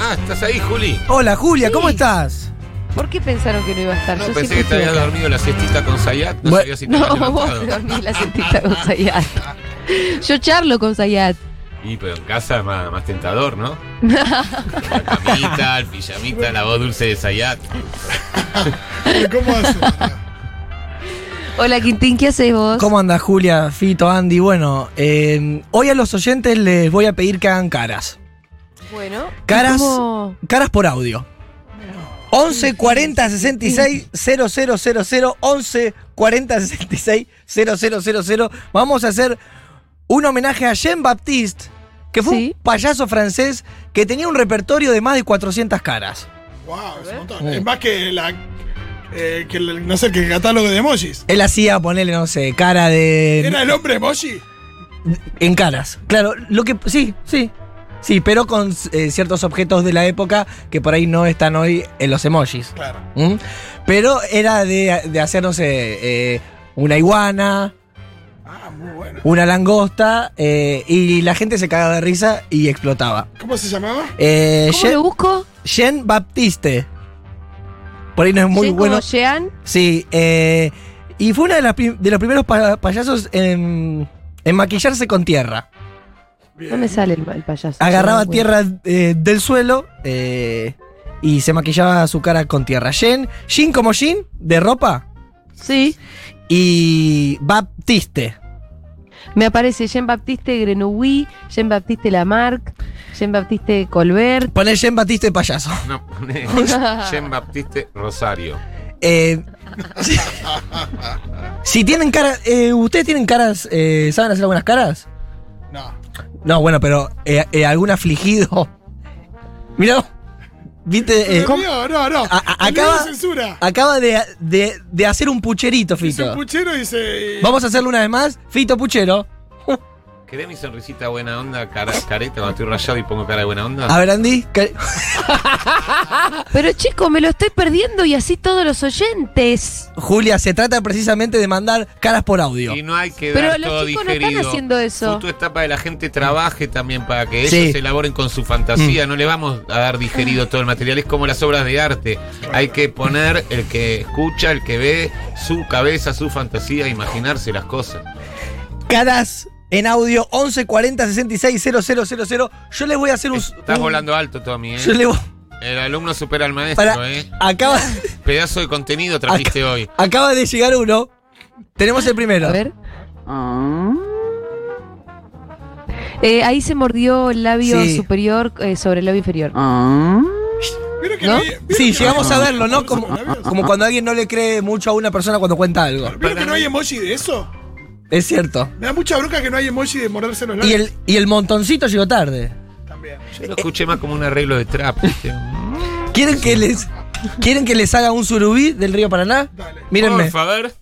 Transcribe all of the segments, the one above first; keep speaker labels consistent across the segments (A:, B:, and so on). A: Ah, ¿estás ahí, Juli?
B: Hola Julia, ¿cómo
C: Sí.
B: estás?
C: ¿Por qué pensaron que no iba a estar?
A: No,
C: Yo
A: pensé
C: siempre
A: que te
C: estoy
A: habías
C: acá.
A: dormido la siestita con Sayat. No
B: Bueno,
A: sabía si te
C: No,
A: habías
C: vos te
A: levantado.
C: dormís la cintita con Zayat. Yo charlo con Zayat.
A: Y pero en casa es más, más tentador, ¿no? la camita, el pijamita, la voz dulce de Sayat.
D: ¿Cómo hace?
C: Hola Quintín, ¿qué haces vos?
B: ¿Cómo andas Julia, Fito, Andy? Bueno, eh, hoy a los oyentes les voy a pedir que hagan caras.
C: Bueno.
B: Caras,
C: ¿Cómo?
B: caras por audio. 11 40 66 0000 11 40 66 0000 Vamos a hacer un homenaje a Jean Baptiste, que fue
C: Sí.
B: un payaso francés que tenía un repertorio de más de 400 caras.
D: Wow, es un montón. Es más que la. eh, que el, no sé, que el catálogo de emojis.
B: Él hacía ponerle, no sé, cara de.
D: ¿Era el hombre emoji?
B: En caras. Claro, lo que. Sí, sí. Sí, pero con eh, ciertos objetos de la época que por ahí no están hoy en los emojis.
D: Claro.
B: ¿Mm? Pero era de, de hacer, no sé, eh, una iguana,
D: Ah, muy bueno.
B: una langosta, eh, y la gente se cagaba de risa y explotaba.
D: ¿Cómo se llamaba?
B: Eh,
C: ¿Cómo lo busco?
B: Jean, Jean Baptiste. Por ahí no es muy
C: Jen
B: bueno.
C: como Jean.
B: Sí, eh, y fue uno de, las prim- de los primeros pa- payasos en, en maquillarse con tierra.
D: Bien.
C: No me sale el, el payaso.
B: Agarraba
C: Yo no
B: tierra eh, del suelo eh, y se maquillaba su cara con tierra. Jean, Jean como Jean, de ropa,
C: encuentro. Sí.
B: y Baptiste.
C: Me aparece Jean-Baptiste Grenouille, Jean-Baptiste Lamarck, Jean-Baptiste Colbert.
B: Poné Jean Baptiste payaso.
A: No, pone Jean Baptiste Rosario.
B: Eh, si- si tienen cara, eh, ¿ustedes tienen caras, eh, saben hacer algunas caras?
D: No.
B: No, bueno, pero eh, eh, algún afligido. Mirá, viste, eh,
D: Se rió, no, no.
B: A- a-
D: El video
B: acaba- Ah,
D: de censura.
B: acaba de, de- de hacer un pucherito,
D: Dice
B: Fito.
D: un puchero y dice.
B: Vamos a hacerlo una vez más, Fito Puchero.
A: ¿Querés mi sonrisita buena onda, cara, careta, cuando estoy rayado y pongo cara de buena onda?
B: A ver, Andy. que-
C: Pero chicos, me lo estoy perdiendo y así todos los oyentes.
B: Julia, se trata precisamente de mandar caras por audio.
A: Y no hay que
C: Pero
A: dar
C: los
A: todo
C: chicos no están
A: digerido.
C: haciendo eso.
A: Justo está para que la gente trabaje también, para que ellos
B: Sí. Mm.
A: elaboren con su fantasía. No le vamos a dar digerido todo el material. Es como las obras de arte. Hay que poner el que escucha, el que ve, su cabeza, su fantasía, imaginarse las cosas.
B: Caras en audio 1140 66 000. Yo les voy a hacer un.
A: Estás
B: un-
A: volando alto, Tommy. ¿eh?
B: Yo les voy-
A: El alumno supera al maestro,
B: Para,
A: ¿eh?
B: acaba,
A: Pedazo de contenido trajiste hoy.
B: acaba de llegar uno. Tenemos el primero.
C: A ver. Ah. Eh, ahí se mordió el labio
B: Sí. Ah.
C: superior eh, sobre el labio inferior.
D: ¿Vieron que
C: ¿No?
D: no hay- vieron
B: Sí,
D: que
B: llegamos
D: no
B: a
D: hay-
B: verlo, ¿no? Como, como cuando alguien no le cree mucho a una persona cuando cuenta algo.
D: ¿Vieron que no hay emoji de eso?
B: Es cierto.
D: Me da mucha bronca que no hay emoji de morderse los
B: Y
D: labios.
B: el, y el montoncito llegó tarde.
D: También.
A: Yo lo escuché más como un arreglo de trap. ¿viste?
B: ¿Quieren que les, ¿quieren que les haga un surubí del río Paraná?
D: Dale.
B: Mírenme.
A: Por favor.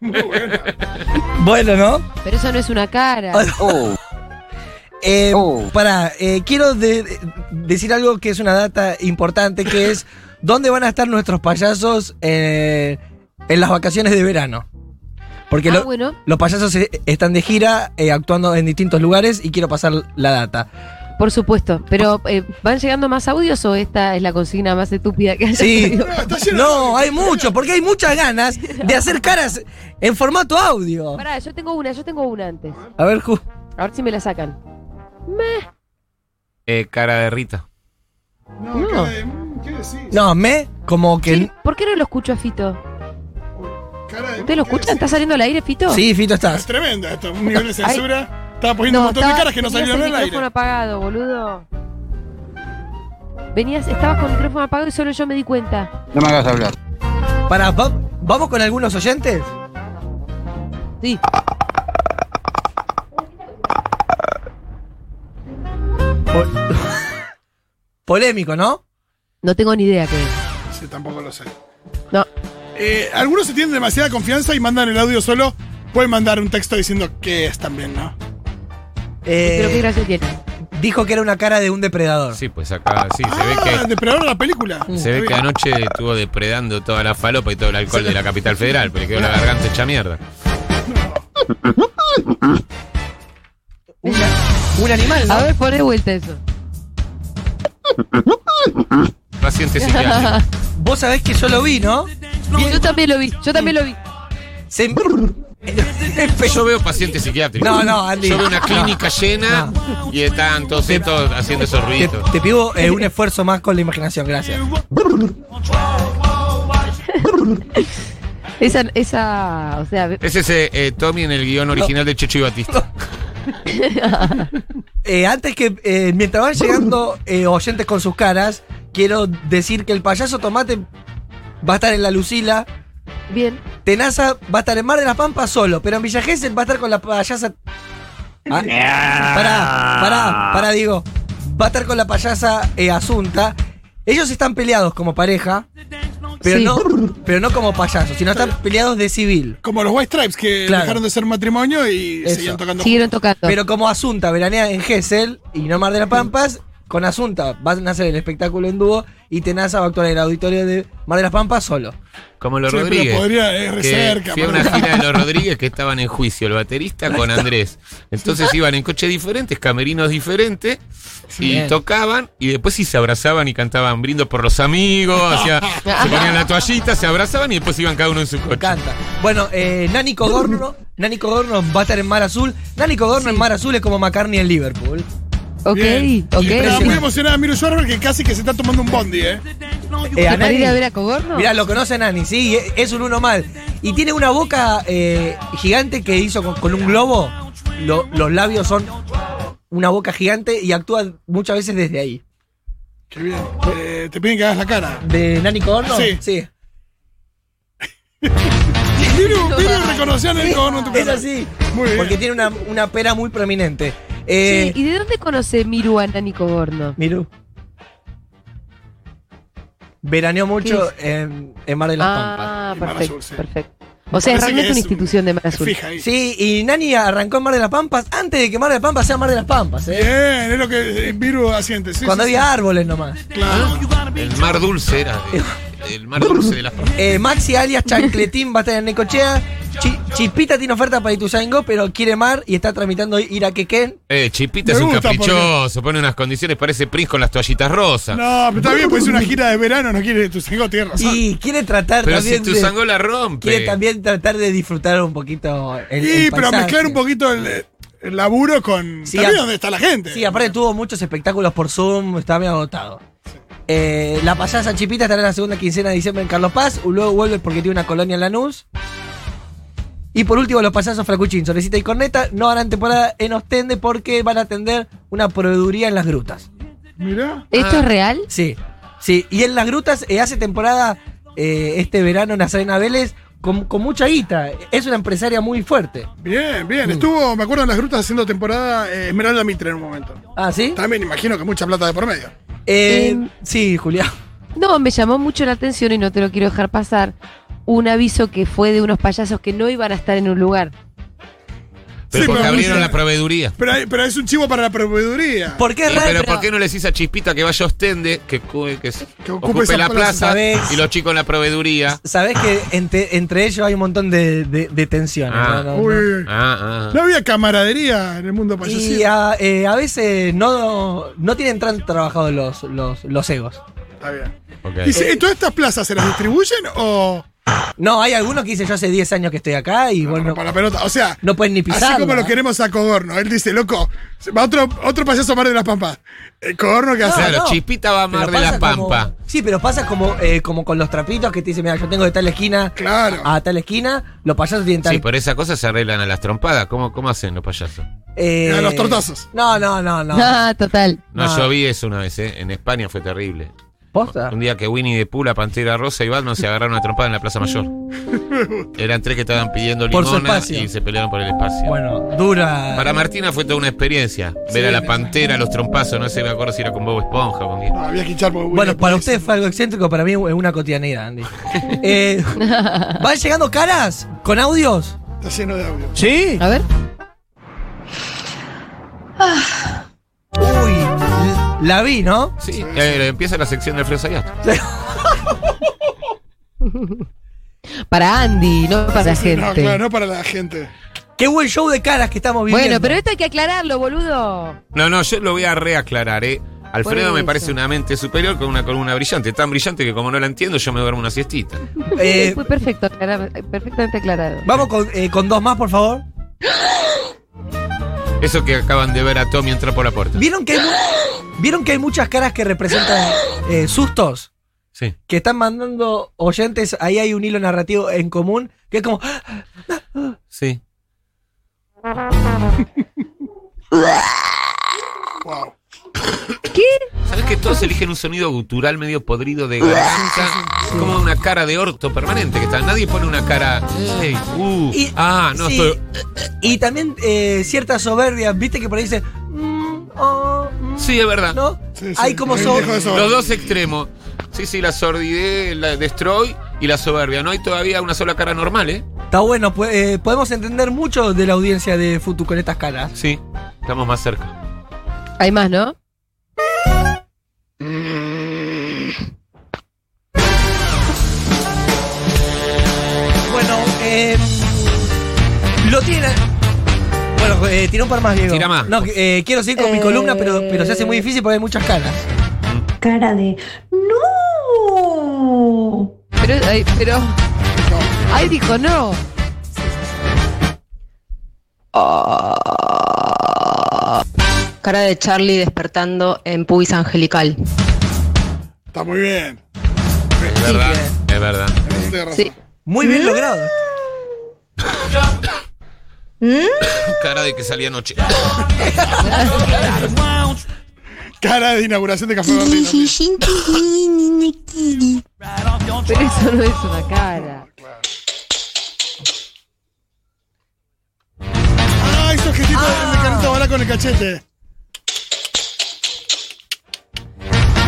D: Muy bueno.
B: Bueno, ¿no?
C: Pero eso no es una cara.
B: Ah, Eh, Pará, eh, quiero de- de- decir algo que es una data importante, que es dónde van a estar nuestros payasos eh, en las vacaciones de verano. Porque
C: Ah,
B: lo-
C: bueno.
B: los payasos eh, están de gira, eh, actuando en distintos lugares y quiero pasar la data.
C: Por supuesto. Pero eh, ¿van llegando más audios o esta es la consigna más estúpida que hay?
B: Sí.
D: No, está lleno de
B: No,
D: audio.
B: hay mucho, porque hay muchas ganas de hacer caras en formato audio.
C: Pará, yo tengo una, yo tengo una antes.
B: A ver, Ju.
C: A ver si me la sacan.
A: Eh, cara de Rita.
D: No,
C: No.
D: cara de. mm, ¿Qué decís?
B: No, me, como que...
C: Sí, ¿Por qué no lo escucho a Fito?
D: Cara de-
C: ¿Ustedes lo
D: ¿qué
C: escuchan? ¿Está
D: decís?
C: saliendo al aire, Fito?
B: Sí, Fito,
D: Es
B: estás.
D: tremendo esto. Un nivel de censura. Estaba poniendo un montón de
C: estaba-
D: caras que no
C: tenías
D: salieron
C: el
D: al aire.
C: micrófono apagado, boludo. Venías, estabas con el micrófono apagado y solo yo me di cuenta.
E: No me hagas hablar.
B: Para, ¿vamos con algunos oyentes?
C: Sí.
B: Polémico, ¿no?
C: No tengo ni idea qué es.
D: Sí, tampoco lo sé.
C: No.
D: Eh, algunos se tienen demasiada confianza y mandan el audio solo. Pueden mandar un texto diciendo qué es también, ¿no?
B: Eh,
C: Pero qué gracia tiene.
B: Dijo que era una cara de un depredador.
A: Sí, pues acá sí, se ve
D: Ah,
A: que
D: depredador la película.
A: se ve que
D: Está bien.
A: anoche estuvo depredando toda la falopa y todo el alcohol de la capital federal, pero le quedó la garganta hecha mierda.
B: Un animal,
C: A ver, pon de vuelta eso.
A: Paciente psiquiátrico.
B: Vos sabés que yo lo vi, ¿no?
C: Yo también lo vi, yo también lo vi.
B: Se-
A: Yo veo pacientes psiquiátricos.
B: No, no, Andy.
A: Yo veo una
B: No.
A: clínica llena y están todos estos haciendo esos
B: Te,
A: ruidos.
B: te pido eh, un esfuerzo más con la imaginación, gracias.
C: Esa, esa, o sea, ve-
A: Ese es eh, eh, Tommy en el guión original de Checho y Batista.
B: Eh, antes que, eh, mientras van llegando eh, oyentes con sus caras, quiero decir que el payaso Tomate va a estar en la Lucila,
C: bien.
B: Tenaza va a estar en Mar de las Pampas solo, pero en Villa Gesell va a estar con la payasa... Ah, pará, pará, pará, digo. Va a estar con la payasa eh, Asunta. Ellos están peleados como pareja, pero,
C: Sí.
B: no, pero no como payasos, sino están peleados de civil.
D: Como los White Stripes que
B: Claro.
D: dejaron de ser matrimonio y
B: Eso.
D: seguían tocando.
C: Siguieron tocando.
B: Pero como Asunta veranea en Gesell y no Mar de las Pampas, con Asunta van a hacer el espectáculo en dúo y Tenaza va a actuar en el auditorio de Mar de las Pampas solo.
A: Como los
D: Sí, pero
A: Rodríguez.
D: podría, eh, re
A: que
D: cerca,
A: fui a
D: pero-
A: una gira de los Rodríguez que estaban en juicio, el baterista con Andrés. Entonces iban en coches diferentes, camerinos diferentes, y
B: Bien.
A: tocaban, y después sí se abrazaban y cantaban brindo por los amigos, hacía- se ponían la toallita, se abrazaban y después iban cada uno en su
B: Me
A: coche.
B: encanta. Bueno, eh, Nani Codorno, Nani Codorno va a estar en Mar Azul. Nani Codorno en Mar Azul es como McCartney en Liverpool. Eh,
C: ok,
D: Bien.
C: ok.
D: Estaba muy
B: Impresionante.
D: emocionada Miro Schwarber que casi que se está tomando un bondi, ¿eh?
B: Eh, a
C: ¿Y ¿Para
B: Nani-
C: ir a ver a Cogorno?
B: Mirá, lo conoce a Nani, sí, e- es un uno mal. Y tiene una boca eh, gigante que hizo con, con un globo. Lo- los labios son una boca gigante y actúa muchas veces desde ahí.
D: Qué bien. Eh, te piden que hagas la cara.
B: ¿De Nani Codorno?
D: Sí.
B: sí.
D: Miro, Miro reconoció a Nelly Codorno en tu
B: Es
D: cara.
B: así.
D: Muy bien.
B: Porque tiene una, una pera muy prominente.
C: Che,
B: Eh,
C: ¿Y de dónde conoce Miru a Nani Cogorno?
B: Miru. Veraneó mucho en, en Mar de las Pampas.
C: Ah,
D: Y Mar
C: perfecto,
D: Azul, sí.
C: perfecto. O sea,
D: Parece
C: es
D: que
C: realmente
D: es
C: una
D: un-
C: institución de Mar Azul.
D: Fija ahí.
B: Sí, y Nani arrancó en Mar de las Pampas antes de que Mar de las Pampas sea Mar de las Pampas, ¿eh?
D: Bien, es lo que eh, Miro asiente. Sí,
B: Cuando
D: sí,
B: había árboles nomás.
D: sí, claro.
A: El mar dulce era. de- el mar dulce de las
B: Eh, Maxi alias Chancletín va a estar en Necochea. Chi- Chispita tiene oferta para Ituzaingó, pero quiere mar y está tramitando ir a Quequén.
A: Eh, Chipita
D: Me
A: es un
D: gusta porque-
A: caprichoso, pone unas condiciones, parece Prince con las toallitas rosas.
D: No, pero está bien, pues es una gira de verano, no quiere tu cinco tierras.
B: Y quiere tratar
A: Pero si
B: también.
A: tu
B: de-
A: sango la rompe.
B: quiere también tratar de disfrutar un poquito el,
D: Sí,
B: el
D: pero
B: paisaje.
D: mezclar un poquito el, el laburo con
B: Sí,
D: también
B: a-
D: dónde está la gente.
B: Sí, aparte tuvo muchos espectáculos por Zoom, estaba bien agotado. Eh, la payasa Chipita estará en la segunda quincena de diciembre en Carlos Paz, u- luego vuelve porque tiene una colonia en Lanús. Y por último, los payasos Fracuchín, Solecita y Corneta no harán temporada en Ostende porque van a atender una proveeduría en las grutas.
D: Mirá.
C: ¿Esto
A: Ah.
C: es real?
B: Sí, sí. Y en las grutas eh, hace temporada eh, este verano Nazarena Vélez con, con mucha guita. Es una empresaria muy fuerte.
D: Bien,
B: Mm.
D: bien. Estuvo, me acuerdo, en las grutas haciendo temporada eh, Esmeralda Mitre en un momento.
B: Ah, ¿sí?
D: También imagino que mucha plata de por medio.
B: Eh,
C: Em.
B: sí, Julián.
C: No, me llamó mucho la atención y no te lo quiero dejar pasar. Un aviso que fue de unos payasos que no iban a estar en un lugar.
A: Pero
D: Sí,
A: porque
D: pero-
A: abrieron la proveeduría.
D: Pero, hay- pero es un chivo para la proveeduría.
B: ¿Por qué es
A: Y
B: raro?
A: pero ¿por qué no les hice a Chispita que vaya a Ostende, que, cu- que, s-
D: Que ocupe
A: ocupe
D: esa
A: la plaza
D: plaza?
B: ¿Sabés?
A: y los chicos en la proveeduría?
B: Sabés que entre, entre ellos hay un montón de, de, de tensiones.
A: Ah.
B: ¿no? No,
D: Uy, pues
B: no.
A: Ah,
D: no había camaradería en el mundo
B: Y
D: payasístico.
B: a, eh, a veces no, no tienen tan trabajados los, los, los egos.
D: Está bien.
A: ah, ok.
D: ¿Y si- todas estas plazas se las distribuyen o
B: No, hay algunos que dicen yo hace 10 años que estoy acá y bueno,
D: para la pelota? O sea,
B: no pueden ni pisar.
D: Así como lo queremos a Cogorno. Él dice, loco, va otro, otro payaso Mar de las Pampas. Eh, Cogorno, ¿qué hace?
A: Claro, Chispita va a Mar de la Pampa.
B: sí, pero pasa como, eh, como con los trapitos que te dicen, mira, yo tengo de tal esquina
D: Claro.
B: a tal esquina, los payasos tienen tal...
A: Sí, por esas cosas se arreglan a las trompadas. ¿Cómo, cómo hacen los payasos?
B: eh,
D: A los tortazos.
B: No, no, no, no.
C: Ah, total.
A: No,
B: No.
A: yo vi eso una vez, ¿eh? En España fue terrible.
B: ¿Posta?
A: Un día que Winnie de Pula, Pantera Rosa y Batman se agarraron a trompada en la Plaza Mayor. Eran tres que estaban pidiendo
B: Por su
A: limona
B: espacio.
A: y se pelearon por el espacio.
B: Bueno, dura...
A: Para Martina fue toda una experiencia. Ver a la pantera, los trompazos, no sé, me acuerdo si era con Bob Esponja o con quién.
D: No, había que hinchar por
B: Bueno, para usted fue algo excéntrico, para mí es una cotidianidad, Andy. Eh, ¿Van llegando caras con audios?
D: Está lleno de audio.
B: Sí.
C: A ver.
B: Uy, l- la vi, ¿no?
A: Sí, eh, empieza la sección de Alfredo Sayat.
C: Para Andy, no para la gente.
D: No, claro, no para la gente.
B: Qué buen show de caras que estamos viviendo.
C: Bueno, pero esto hay que aclararlo, boludo.
A: No, no, yo lo voy a reaclarar, ¿eh? A Alfredo me
C: eso.
A: parece una mente superior con una columna brillante, tan brillante que como no la entiendo yo me duermo una siestita.
B: Eh,
C: Fue perfecto, aclara- perfectamente aclarado.
B: vamos con, eh, con dos más, por favor.
A: Eso que acaban de ver a Tommy entrar por la puerta.
B: ¿Vieron que hay, mu- ¿vieron que hay muchas caras que representan eh, sustos?
A: Sí.
B: Que están mandando oyentes, ahí hay un hilo narrativo en común, que es como, ¡ah!
A: Sí.
D: Wow.
A: ¿Sabes que todos eligen un sonido gutural medio podrido de garganta? Como una cara de orto permanente que está. Nadie pone una cara. "Ey, uh,
B: Y-
A: ah, no,
B: sí.
A: estoy.
B: Y también eh, ciertas soberbias, viste que por ahí dice, mm, oh, mm,
A: Sí, es verdad.
B: ¿no?
D: Sí, sí,
B: hay como
D: me
B: son...
D: dejo de sobar.
A: Los dos extremos. Sí, sí, la sordidez, la destroy y la soberbia. No hay todavía una sola cara normal, ¿eh?
B: Está bueno, pu- eh, podemos entender mucho de la audiencia de Futu con estas caras.
A: Sí, estamos más cerca.
C: Hay más, ¿no?
B: Bueno, eh, lo tiene. Bueno, eh, tira un par más, Diego.
A: Tira más.
B: No, eh, quiero seguir con mi
E: Eh.
B: columna, pero, pero se hace muy difícil porque hay muchas caras.
E: cara de ¡No!
C: Pero, ay, pero. Ay, dijo no.
F: Ah. Cara de Charlie despertando en pubis angelical.
D: Está muy bien.
A: Es verdad, es verdad.
D: En eso tenés razón.
F: Sí.
B: Muy
D: ¿Eh?
B: bien logrado.
A: Cara de que salía anoche.
D: Cara de inauguración de Café Berlín.
C: Pero eso no es una cara.
D: Ah, esos gestitos de Carito Balá con el cachete.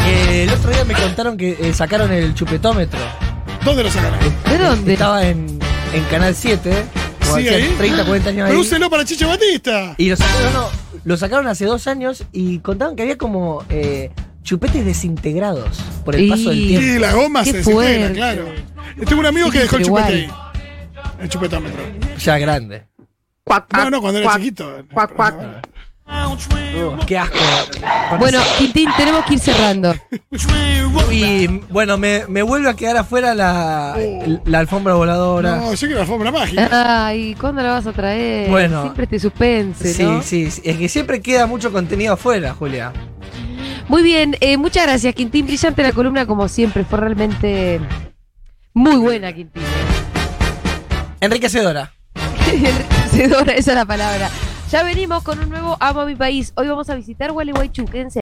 B: Eh, el otro día me contaron que eh, sacaron el chupetómetro.
D: ¿Dónde lo sacaron?
C: ¿De dónde?
B: Estaba en, en Canal 7, como
D: ¿Sigue
B: hacían
D: ahí?
B: 30, 40 años ahí.
D: Pero úsenlo para Chicho Batista.
B: Y lo sacaron, no, lo sacaron hace dos años y contaban que había como eh, chupetes desintegrados por el
C: Y-
B: paso del tiempo.
D: Y la goma
C: Qué
D: se desintegra,
C: fuerte.
D: claro. Eh, Tengo un amigo
C: Sí,
D: que dejó el
C: pero
D: chupete ahí.
C: igual.
D: El chupetómetro.
B: Ya grande.
D: No, no, cuando era chiquito.
F: cuac, cuac.
B: Uh, qué asco. Con
C: Bueno, Quintín, tenemos que ir cerrando.
B: Y bueno, me, me vuelve a quedar afuera la, la alfombra voladora.
D: No, yo quiero la fórmula mágica.
C: Ay, ¿cuándo la vas a traer?
B: Bueno.
C: Siempre te suspense,
B: sí,
C: ¿no?
B: sí, sí. es que siempre queda mucho contenido afuera, Julia.
C: Muy bien, eh, muchas gracias, Quintín. Brillante la columna, como siempre. Fue realmente muy buena, Quintín.
B: Enriquecedora.
C: Enriquecedora, esa es la palabra. Ya venimos con un nuevo Amo a mi país. Hoy vamos a visitar Gualeguaychú. Quédense.